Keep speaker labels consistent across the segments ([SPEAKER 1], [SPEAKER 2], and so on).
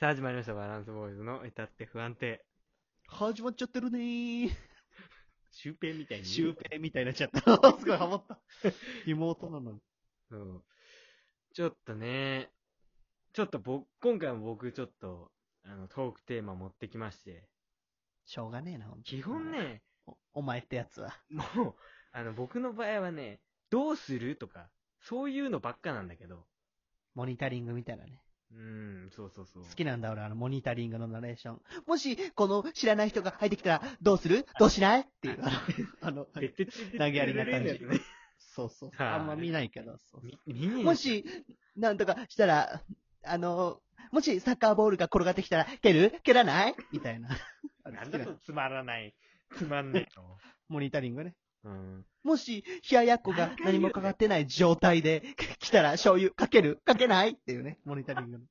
[SPEAKER 1] さあ始まりました、バランスボーイズの至って不安定。
[SPEAKER 2] 始まっちゃってるねー。
[SPEAKER 1] シュウペイみたいに。
[SPEAKER 2] シュウペイみたいにな っちゃった。すごいハマった。妹なのに。
[SPEAKER 1] そう。ちょっとね、ちょっと僕、今回も僕ちょっと、あの、トークテーマ持ってきまして、
[SPEAKER 2] しょうがねえな、ほんと
[SPEAKER 1] 基本。ね、
[SPEAKER 2] おお前ってやつは。
[SPEAKER 1] もう、あの、僕の場合はね、どうするとか、そういうのばっかなんだけど、
[SPEAKER 2] モニタリングみたいなね。
[SPEAKER 1] うん、そうそうそう。
[SPEAKER 2] 好きなんだ俺、あの、モニタリングのナレーション。もし、この知らない人が入ってきたら、どうす るどうしないっていう、 あの、あの
[SPEAKER 1] てってってって
[SPEAKER 2] 投げやりな感じ
[SPEAKER 1] やつね
[SPEAKER 2] そうそう。
[SPEAKER 1] はい
[SPEAKER 2] あんま見ないけど。そう
[SPEAKER 1] み見ねえ
[SPEAKER 2] も、し、なんとかしたら、あの、もしサッカーボールが転がってきたら、蹴る蹴らないみたいな。あの
[SPEAKER 1] な
[SPEAKER 2] 好
[SPEAKER 1] ん
[SPEAKER 2] き
[SPEAKER 1] だ
[SPEAKER 2] な
[SPEAKER 1] とつまらない、つまんねえの。
[SPEAKER 2] モニタリングね。
[SPEAKER 1] うん。
[SPEAKER 2] もし、冷ややっこが何もかかってない状態で 来たら醤油かけるかけないっていうね、モニタリングの。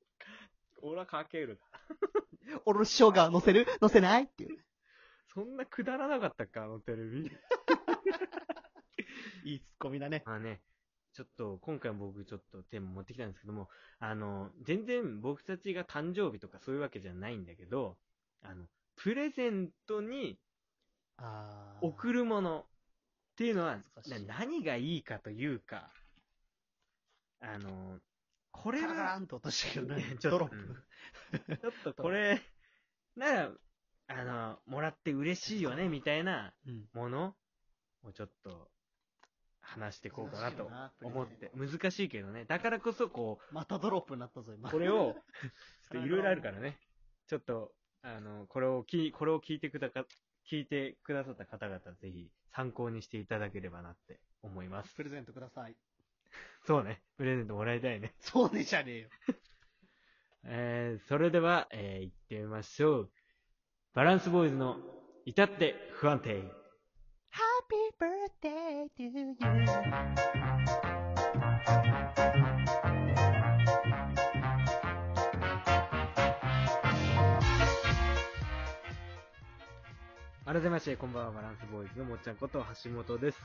[SPEAKER 1] 俺はかけるな。
[SPEAKER 2] おろし生姜乗せる乗せないっていう。
[SPEAKER 1] そんなくだらなかったか、あのテレビ。
[SPEAKER 2] いいツッコミだね。
[SPEAKER 1] まあね、ちょっと、今回も僕ちょっとテーマ持ってきたんですけども、あの、全然僕たちが誕生日とかそういうわけじゃないんだけど、あの、プレゼントに
[SPEAKER 2] あー
[SPEAKER 1] 贈るものっていうのは
[SPEAKER 2] 懐か、しい
[SPEAKER 1] な何がいいかというか、あの、これ
[SPEAKER 2] カラ
[SPEAKER 1] は。
[SPEAKER 2] ー、ンと落としたけどね
[SPEAKER 1] ちょっと
[SPEAKER 2] ドロップ。
[SPEAKER 1] ちょっとこれ、なら、あの、もらって嬉しいよね、みたいな
[SPEAKER 2] うん。
[SPEAKER 1] ものをちょっと、話していこうかなと。思って。難しいけどね。だからこそ、こ
[SPEAKER 2] またドロップになったぞ、
[SPEAKER 1] う、
[SPEAKER 2] 今。
[SPEAKER 1] これを、ちょっといろいろあるからね。ちょっと、あの、これをき、これを聞いてくだか、聞いてくださった方々、ぜひ参考にしていただければなって思います。
[SPEAKER 2] プレゼントください。
[SPEAKER 1] そうね。プレゼントもらいたいね。
[SPEAKER 2] そうねじゃねえよ。
[SPEAKER 1] えー、それでは、えー、行ってみましょう。バランスボーイズの、至って不安定。
[SPEAKER 2] Happy birthday to you.
[SPEAKER 1] 改めまして、こんばんは、バランスボーイズのもっちゃんこと橋本です。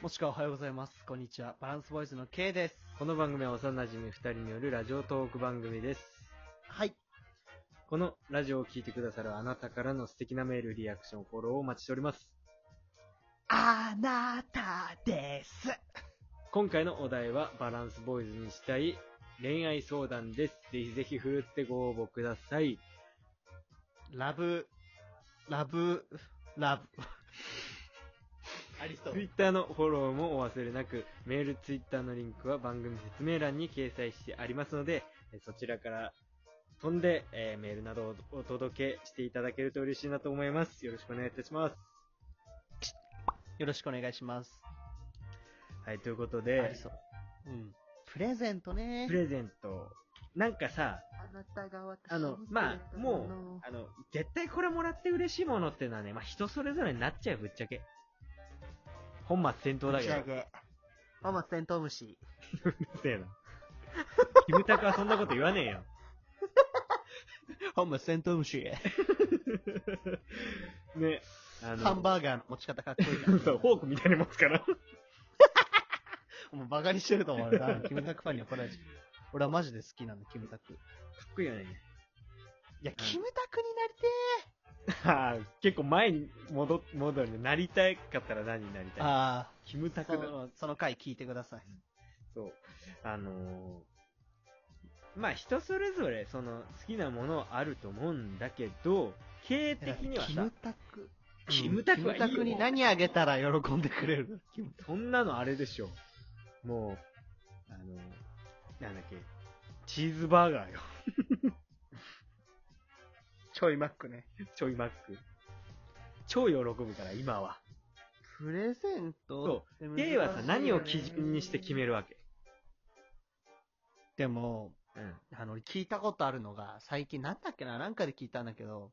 [SPEAKER 2] もしくはおはようございます。こんにちは。バランスボイスの K です。
[SPEAKER 1] この番組は幼馴染み2人によるラジオトーク番組です。
[SPEAKER 2] はい。
[SPEAKER 1] このラジオを聞いてくださるあなたからの素敵なメール、リアクション、フォローをお待ちしております。
[SPEAKER 2] あなたです。
[SPEAKER 1] 今回のお題はバランスボーイズにしたい恋愛相談です。ぜひぜひふるってご応募ください。
[SPEAKER 2] ラブ、ラブ、ラブ。ありそ
[SPEAKER 1] ツイッターのフォローもお忘れなく、メール、ツイッターのリンクは番組説明欄に掲載してありますので、えそちらから飛んで、えーメールなどをお届けしていただけると嬉しいなと思います。よろしくお願いいたします。
[SPEAKER 2] よろしくお願いします。
[SPEAKER 1] はい、ということ
[SPEAKER 2] あ
[SPEAKER 1] で
[SPEAKER 2] り、そう。うん。プレゼントね
[SPEAKER 1] プ。レゼント。なんかさ、
[SPEAKER 2] あなたが私
[SPEAKER 1] あの、まあ、もう、あの、絶対これもらって嬉しいものってのはね、まあ、人それぞれになっちゃう、ぶっちゃけ。本末転倒だけど。う
[SPEAKER 2] げ。ママテントウムシ。
[SPEAKER 1] るせえな。キムタクはそんなこと言わねえよ。
[SPEAKER 2] ママテントウム シ。
[SPEAKER 1] ね。あ
[SPEAKER 2] ハンバーガーの持ち方かっこいい から
[SPEAKER 1] そう、フォークみたいに持つから。
[SPEAKER 2] もうバカにしてると思うよ。あのキムタクファンに怒られちゃう。俺はマジで好きなんだ、キムタク。い
[SPEAKER 1] かっこいいよね。
[SPEAKER 2] や、キムタクになりて
[SPEAKER 1] はあ、結構前に戻っ、戻るね。なりたかったら何になりた
[SPEAKER 2] え
[SPEAKER 1] い
[SPEAKER 2] あ
[SPEAKER 1] キム
[SPEAKER 2] あ、
[SPEAKER 1] タク
[SPEAKER 2] そ
[SPEAKER 1] だ。
[SPEAKER 2] の、その回聞いてください。
[SPEAKER 1] そう。あのーまあ人それぞれ、その、好きなものはあると思うんだけど、経営的には
[SPEAKER 2] キ
[SPEAKER 1] さ
[SPEAKER 2] ム、タク。
[SPEAKER 1] キムタクはいいよ
[SPEAKER 2] キムタクに何あげたら喜んでくれ るキム
[SPEAKER 1] そんなのあれでしょ。もう、あの、なんだっけ、チーズバーガーよ。
[SPEAKER 2] ちょいマックね。
[SPEAKER 1] ちょいマック。超喜ぶから、今は。
[SPEAKER 2] プレゼントそう
[SPEAKER 1] ゲイはさ、何を基準にして決めるわけ
[SPEAKER 2] でも、
[SPEAKER 1] うん。
[SPEAKER 2] あの、聞いたことあるのが、最近なんだっけな、なんかで聞いたんだけど、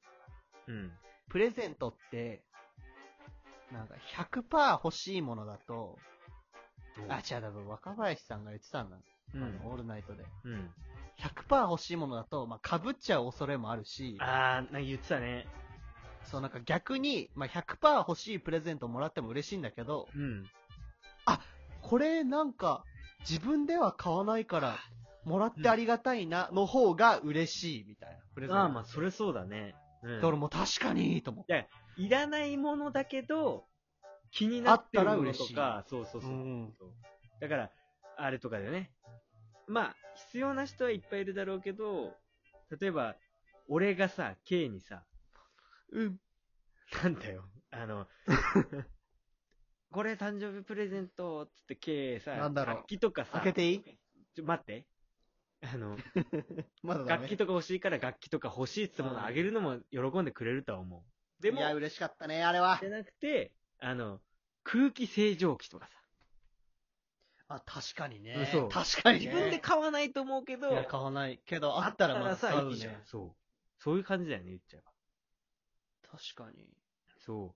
[SPEAKER 1] うん。
[SPEAKER 2] プレゼントって、なんか100%欲しいものだと、あ、違う、多分若林さんが言ってたんだ。
[SPEAKER 1] う
[SPEAKER 2] あ
[SPEAKER 1] ん。
[SPEAKER 2] のオールナイトで。
[SPEAKER 1] うん。
[SPEAKER 2] 100%欲しいものだと、まあ、被っちゃう恐れもあるし、
[SPEAKER 1] あー、なんか言ってたね。
[SPEAKER 2] そうなんか逆に、まあ、100%欲しいプレゼントもらっても嬉しいんだけど、
[SPEAKER 1] うん。
[SPEAKER 2] これなんか自分では買わないからもらってありがたいなの方が嬉しいみたいな。プレゼント。
[SPEAKER 1] ああ、まあ、それそうだね。うん
[SPEAKER 2] で俺もう確かにと思って。
[SPEAKER 1] いらないものだけど、気になってるものと
[SPEAKER 2] あ
[SPEAKER 1] か、そうそうそう。
[SPEAKER 2] ん。
[SPEAKER 1] だから、あれとかだよね。まあ、必要な人はいっぱいいるだろうけど、例えば、俺がさ、K にさ、
[SPEAKER 2] うん。
[SPEAKER 1] なんだよ、あ の、これ誕生日プレゼント、つって K さ、
[SPEAKER 2] なんだろう
[SPEAKER 1] 楽器とかさ、
[SPEAKER 2] 開けていい
[SPEAKER 1] ちょ、待って。あの、
[SPEAKER 2] まだだ
[SPEAKER 1] 楽器とか欲しいから楽器とか欲しいってものあげるのも喜んでくれるとは思う。でも、
[SPEAKER 2] いや、
[SPEAKER 1] じ
[SPEAKER 2] 嬉しかったね、あれは。
[SPEAKER 1] ゃなくて、あの、空気清浄機とかさ、
[SPEAKER 2] あ、確かにね
[SPEAKER 1] うんそう
[SPEAKER 2] 確かに
[SPEAKER 1] 自分で
[SPEAKER 2] ね。
[SPEAKER 1] 買わないと思うけど、
[SPEAKER 2] いや、買わないけど、あったらま
[SPEAKER 1] あ
[SPEAKER 2] だ
[SPEAKER 1] った
[SPEAKER 2] 買
[SPEAKER 1] ら
[SPEAKER 2] う
[SPEAKER 1] いいじゃん
[SPEAKER 2] ね。。
[SPEAKER 1] そう。そういう感じだよね、言っちゃえば。
[SPEAKER 2] 確かに。
[SPEAKER 1] そう。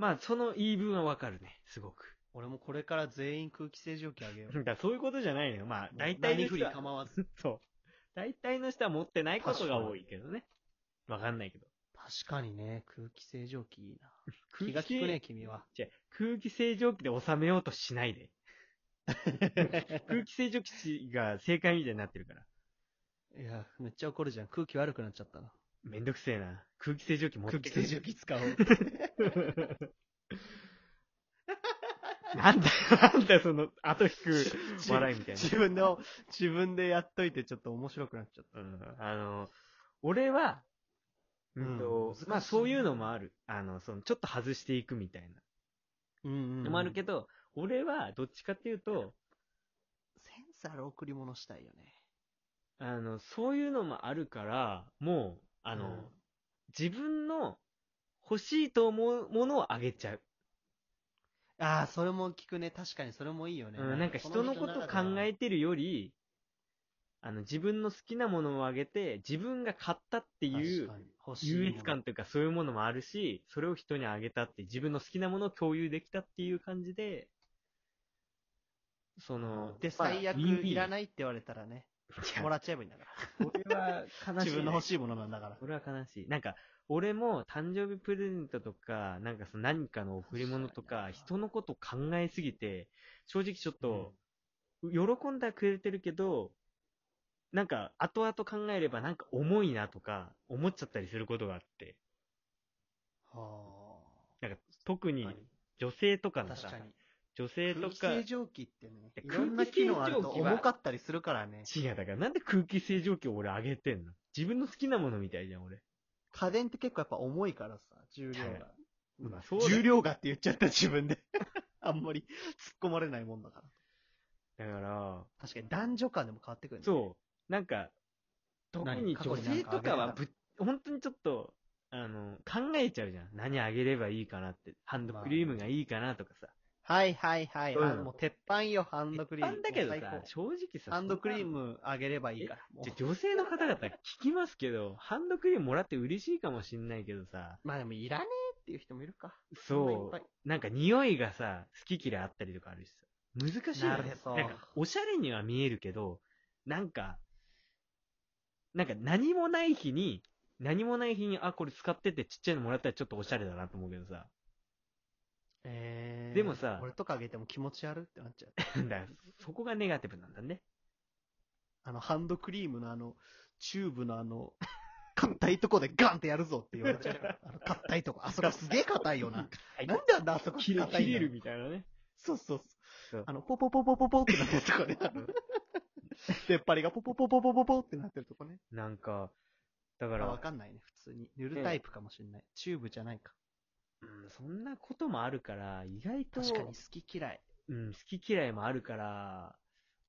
[SPEAKER 1] まあ、その言い分はわかるね、すごく。
[SPEAKER 2] 俺もこれから全員空気清浄機あげよう。
[SPEAKER 1] だからそういうことじゃないのよ。まあ、 大体の
[SPEAKER 2] 何
[SPEAKER 1] 人
[SPEAKER 2] 振り
[SPEAKER 1] は、
[SPEAKER 2] 構わず。
[SPEAKER 1] そう。大体の人は持ってないことが多いけどね。わかんないけど。
[SPEAKER 2] 確かにね、空気清浄機いいな。
[SPEAKER 1] 空
[SPEAKER 2] 気が利くね、君は。
[SPEAKER 1] じゃあ空気清浄機で収めようとしないで。空気清浄機が正解みたいになってるから。
[SPEAKER 2] いや、めっちゃ怒るじゃん。空気悪くなっちゃったな。
[SPEAKER 1] めんどくせえな。空気清浄機持って
[SPEAKER 2] 空気清浄機使おう。
[SPEAKER 1] なんだよ、なんだよ、その、後引く 笑いみたいな。
[SPEAKER 2] 自分の、自分でやっといてちょっと面白くなっちゃっ
[SPEAKER 1] うんあの、俺は、う
[SPEAKER 2] うん
[SPEAKER 1] んと
[SPEAKER 2] 難しい
[SPEAKER 1] まあそういうのもある。あの、その、ちょっと外していくみたい
[SPEAKER 2] た。うん
[SPEAKER 1] な。
[SPEAKER 2] う
[SPEAKER 1] のもあるけど、俺はどっちかっていうと、
[SPEAKER 2] センサーで贈り物したいよね。
[SPEAKER 1] あの、そういうのもあるから、もう、あの、
[SPEAKER 2] うん
[SPEAKER 1] 自分の欲しいと思うものをあげちゃう。
[SPEAKER 2] ああ、それも聞くね。確かにそれもいいよね。
[SPEAKER 1] うん、なんか人のこと考えてるより、あの、自分の好きなものをあげて、自分が買ったって
[SPEAKER 2] て
[SPEAKER 1] いう、優越感というかそういうものもあるし、それを人にあげたって、自分の好きなものを共有できたっていう感じで、その、
[SPEAKER 2] で、最悪いらないって言われたらね、も
[SPEAKER 1] もら
[SPEAKER 2] らっちゃえばいいんだから。
[SPEAKER 1] 俺は悲しい、
[SPEAKER 2] 自分の欲
[SPEAKER 1] い。
[SPEAKER 2] しいものなんだから。
[SPEAKER 1] 俺は悲しい。なんか、俺も誕生日プレゼントとか、なんかその何かの贈り物と
[SPEAKER 2] そうだ
[SPEAKER 1] か
[SPEAKER 2] な、
[SPEAKER 1] 人のこと考えすぎて、正直ちょっと、
[SPEAKER 2] う
[SPEAKER 1] 喜んだくれてるけど、なんか、後々考えればなんか重いなとか、思っちゃったりすることがあって、
[SPEAKER 2] ん
[SPEAKER 1] なんか、特に
[SPEAKER 2] はあ。
[SPEAKER 1] 女性とかの
[SPEAKER 2] 確
[SPEAKER 1] さ
[SPEAKER 2] か、に。
[SPEAKER 1] 女性と
[SPEAKER 2] 空気
[SPEAKER 1] か、
[SPEAKER 2] 清
[SPEAKER 1] 違
[SPEAKER 2] 浄機ってね、
[SPEAKER 1] い
[SPEAKER 2] い
[SPEAKER 1] や
[SPEAKER 2] ろんな機能あると
[SPEAKER 1] 空気清浄機は
[SPEAKER 2] 重かったりするからね。
[SPEAKER 1] う、だからなんで空気清浄機を俺あげてんの自分の好きなものみたいじゃん、俺。
[SPEAKER 2] 家電って結構やっぱ重いからさ、重量
[SPEAKER 1] はい
[SPEAKER 2] が。
[SPEAKER 1] まあそうだよ
[SPEAKER 2] 重量がって言っちゃった自分で。 あんまり突っ込まれないもんだから。
[SPEAKER 1] だから、
[SPEAKER 2] 確かに男女間でも変わってくるね。
[SPEAKER 1] そう、なんか、特
[SPEAKER 2] 何
[SPEAKER 1] に
[SPEAKER 2] 過去
[SPEAKER 1] 女
[SPEAKER 2] になん
[SPEAKER 1] 性
[SPEAKER 2] かあ
[SPEAKER 1] と
[SPEAKER 2] げた
[SPEAKER 1] かはぶっ、本当にちょっと、あの、考えちゃうじゃん。何あげればいいかなって。ハンドクリームがいいかなとかさ。
[SPEAKER 2] はいはいはい。
[SPEAKER 1] そう
[SPEAKER 2] あもう鉄板よ、ハンドクリーム。
[SPEAKER 1] 一般だけど
[SPEAKER 2] もう最
[SPEAKER 1] さ、正直
[SPEAKER 2] 高
[SPEAKER 1] さ、
[SPEAKER 2] ハンドクリー
[SPEAKER 1] ム
[SPEAKER 2] ムあげればいいから。もう
[SPEAKER 1] じゃ女性の方々聞きますけど、ハンドクリームもらって嬉しいかもしんないけどさ、
[SPEAKER 2] まあでもいらねえっていう人もいるか。んないっ
[SPEAKER 1] そ、
[SPEAKER 2] ぱいう
[SPEAKER 1] なんか匂いがさ、好き嫌いあったりとかあるしさ、難しいよ
[SPEAKER 2] なる
[SPEAKER 1] ね。
[SPEAKER 2] ほど
[SPEAKER 1] なんか、おしゃれには見えるけど、なんか、なんか何もない日に、何もない日に、あ、これ使っててちっちゃいのもらったらちょっとおしゃれだなと思うけどさ、
[SPEAKER 2] え
[SPEAKER 1] でもさ
[SPEAKER 2] 俺とかあげても気持ち悪ってなっちゃう。
[SPEAKER 1] なんだそこがネガティブなんだね。
[SPEAKER 2] あの、ハンドクリームのあの、チューブのあの、硬いとこでガンってやるぞって言われちゃう から。あの、硬いとこ。あそこすげえ硬いよな。
[SPEAKER 1] はい
[SPEAKER 2] なんであんなあそこ
[SPEAKER 1] 切れ
[SPEAKER 2] 硬いん
[SPEAKER 1] 切
[SPEAKER 2] だ
[SPEAKER 1] れる
[SPEAKER 2] ろう
[SPEAKER 1] みたいなね。
[SPEAKER 2] そうそうそ
[SPEAKER 1] そうう。
[SPEAKER 2] あの、ポポポポポポってなってるとこ ね。あの出っ張りがポポポポポポポってなってるとこね。
[SPEAKER 1] なんか、だ
[SPEAKER 2] あ
[SPEAKER 1] から、
[SPEAKER 2] わかんないね、普通に。塗るタイプかもしれない。チューブじゃないか。
[SPEAKER 1] うんそんなこともあるから、意外と、
[SPEAKER 2] 確かに好き嫌い。
[SPEAKER 1] うん、好き嫌いもあるから、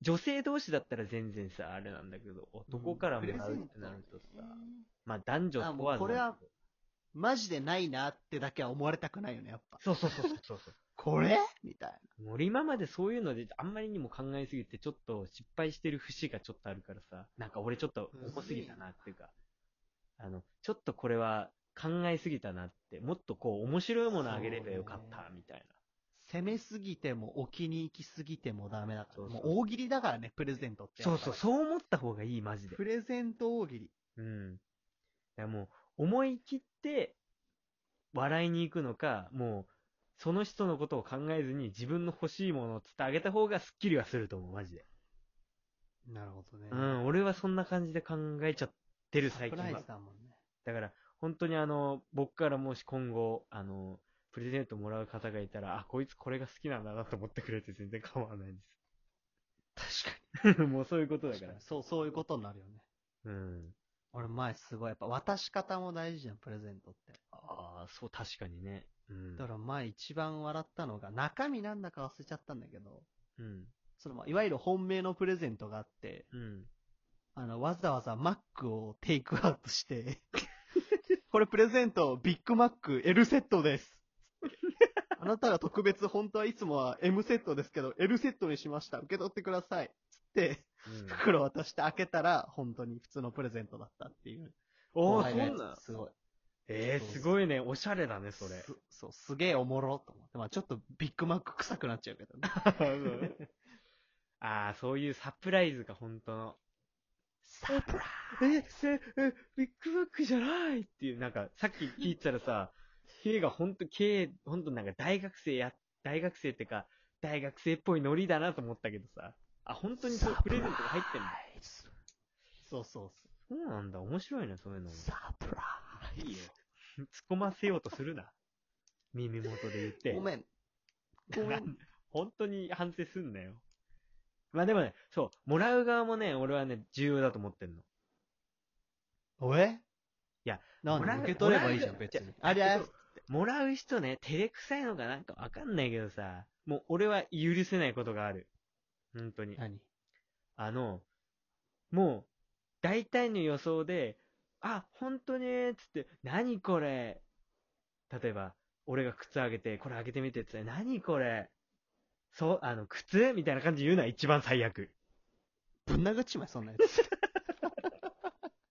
[SPEAKER 1] 女性同士だったら全然さ、あれなんだけど、男からもらうってなるとさ、まあ男女
[SPEAKER 2] あ
[SPEAKER 1] 問
[SPEAKER 2] も
[SPEAKER 1] わ
[SPEAKER 2] う
[SPEAKER 1] ず。
[SPEAKER 2] これは、マジでないなってだけは思われたくないよね、やっぱ。
[SPEAKER 1] そうそうそうそうそ
[SPEAKER 2] これみたいな。
[SPEAKER 1] う。俺今までそういうので、あんまりにも考えすぎて、ちょっと失敗してる節がちょっとあるからさ、なんか俺ちょっと重すぎたなっていうか、あの、ちょっとこれは考えすぎたなって、もっとこう、面白いものあげればよかった、みたいな。
[SPEAKER 2] 攻めすぎても、置きに行きすぎてもダメだから。
[SPEAKER 1] そうそう
[SPEAKER 2] もう大喜利だからね、プレゼントって。
[SPEAKER 1] そうそう、。そう思った方がいい、マジで
[SPEAKER 2] プ。レゼント大喜利。
[SPEAKER 1] うん。だからもう、思い切って、笑いに行くのか、もう、その人のことを考えずに自分の欲しいものをつってあげた方がスッキリはすると思う、マジで。
[SPEAKER 2] なるほどね
[SPEAKER 1] うん、俺はそんな感じで考えちゃってる
[SPEAKER 2] サ
[SPEAKER 1] 最
[SPEAKER 2] プ
[SPEAKER 1] 近
[SPEAKER 2] ライ
[SPEAKER 1] は
[SPEAKER 2] ズ。だもんね。
[SPEAKER 1] だから、本当にあの、僕からもし今後、あの、プレゼントもらう方がいたら、あ、こいつこれが好きなんだなと思ってくれて全然構わないで
[SPEAKER 2] 確か
[SPEAKER 1] す。 もうそういうこと
[SPEAKER 2] に。
[SPEAKER 1] だから
[SPEAKER 2] 確かに。そう、そういうことになるよね。
[SPEAKER 1] うん。
[SPEAKER 2] 俺前すごい、やっぱ渡し方も大事じゃん、プレゼントって。
[SPEAKER 1] ああ、そう、確かにね。うん。
[SPEAKER 2] だから前一番笑ったのが、中身なんだか忘れちゃったんだけど、
[SPEAKER 1] うん。
[SPEAKER 2] その、まあいわゆる本命のプレゼントがあって、
[SPEAKER 1] うん。
[SPEAKER 2] あの、わざわざマックをテイクアウ トして、これプレゼント、ビッグマック L セットです。あなたが特別、本当はいつもは M セットですけど、L セットにしました。受け取ってください。つって、
[SPEAKER 1] うん、
[SPEAKER 2] 袋渡して開けたら、本当に普通のプレゼントだったっていう。
[SPEAKER 1] お
[SPEAKER 2] 後
[SPEAKER 1] お、
[SPEAKER 2] 輩
[SPEAKER 1] そ
[SPEAKER 2] のやつ
[SPEAKER 1] んな。
[SPEAKER 2] すごい。
[SPEAKER 1] え
[SPEAKER 2] そ
[SPEAKER 1] ー、
[SPEAKER 2] うそう
[SPEAKER 1] すごいね。おしゃれだね、それ。
[SPEAKER 2] す そう、すげえおもろと思って。まあちょっとビッグマック臭くなっちゃうけど ね。
[SPEAKER 1] ああ、そういうサプライズが本当の。
[SPEAKER 2] サプラ
[SPEAKER 1] え、せ、え、ビッグマックじゃないっていう、なんか、さっき聞いてたらさ、K がほんと、K、ほんとなんか大学生や、大学生ってか、大学生っぽいノリだなと思ったけどさ、あ、本当にそうプレゼントが入ってんの
[SPEAKER 2] イズそうそう
[SPEAKER 1] そうなんだ、面白いな、そういうのも。
[SPEAKER 2] サプライ
[SPEAKER 1] いいよ。突っ込ませようとするな。耳元で言って。
[SPEAKER 2] ごめん。ごめん。
[SPEAKER 1] 本当に反省すんなよ。まあでもね、そう、もらう側もね、俺はね、重要だと思ってんの。
[SPEAKER 2] おえ
[SPEAKER 1] いや、
[SPEAKER 2] なん
[SPEAKER 1] もら
[SPEAKER 2] で
[SPEAKER 1] う
[SPEAKER 2] 受け取ればいいじ
[SPEAKER 1] も
[SPEAKER 2] ゃん、
[SPEAKER 1] らう
[SPEAKER 2] 別に。
[SPEAKER 1] あ
[SPEAKER 2] あ
[SPEAKER 1] れ
[SPEAKER 2] れ
[SPEAKER 1] だもらう人ね、照れくさいのかなんかわかんないけどさ、もう俺は許せないことがある。本当に。
[SPEAKER 2] 何
[SPEAKER 1] あの、もう、大体の予想で、あ、本当につって、何これ例えば、俺が靴あげて、これあげてみてって言ったら、何これそう、あの、靴みたいな感じで言うのは一番最悪。
[SPEAKER 2] ぶん殴っちまえ、そんなやつ。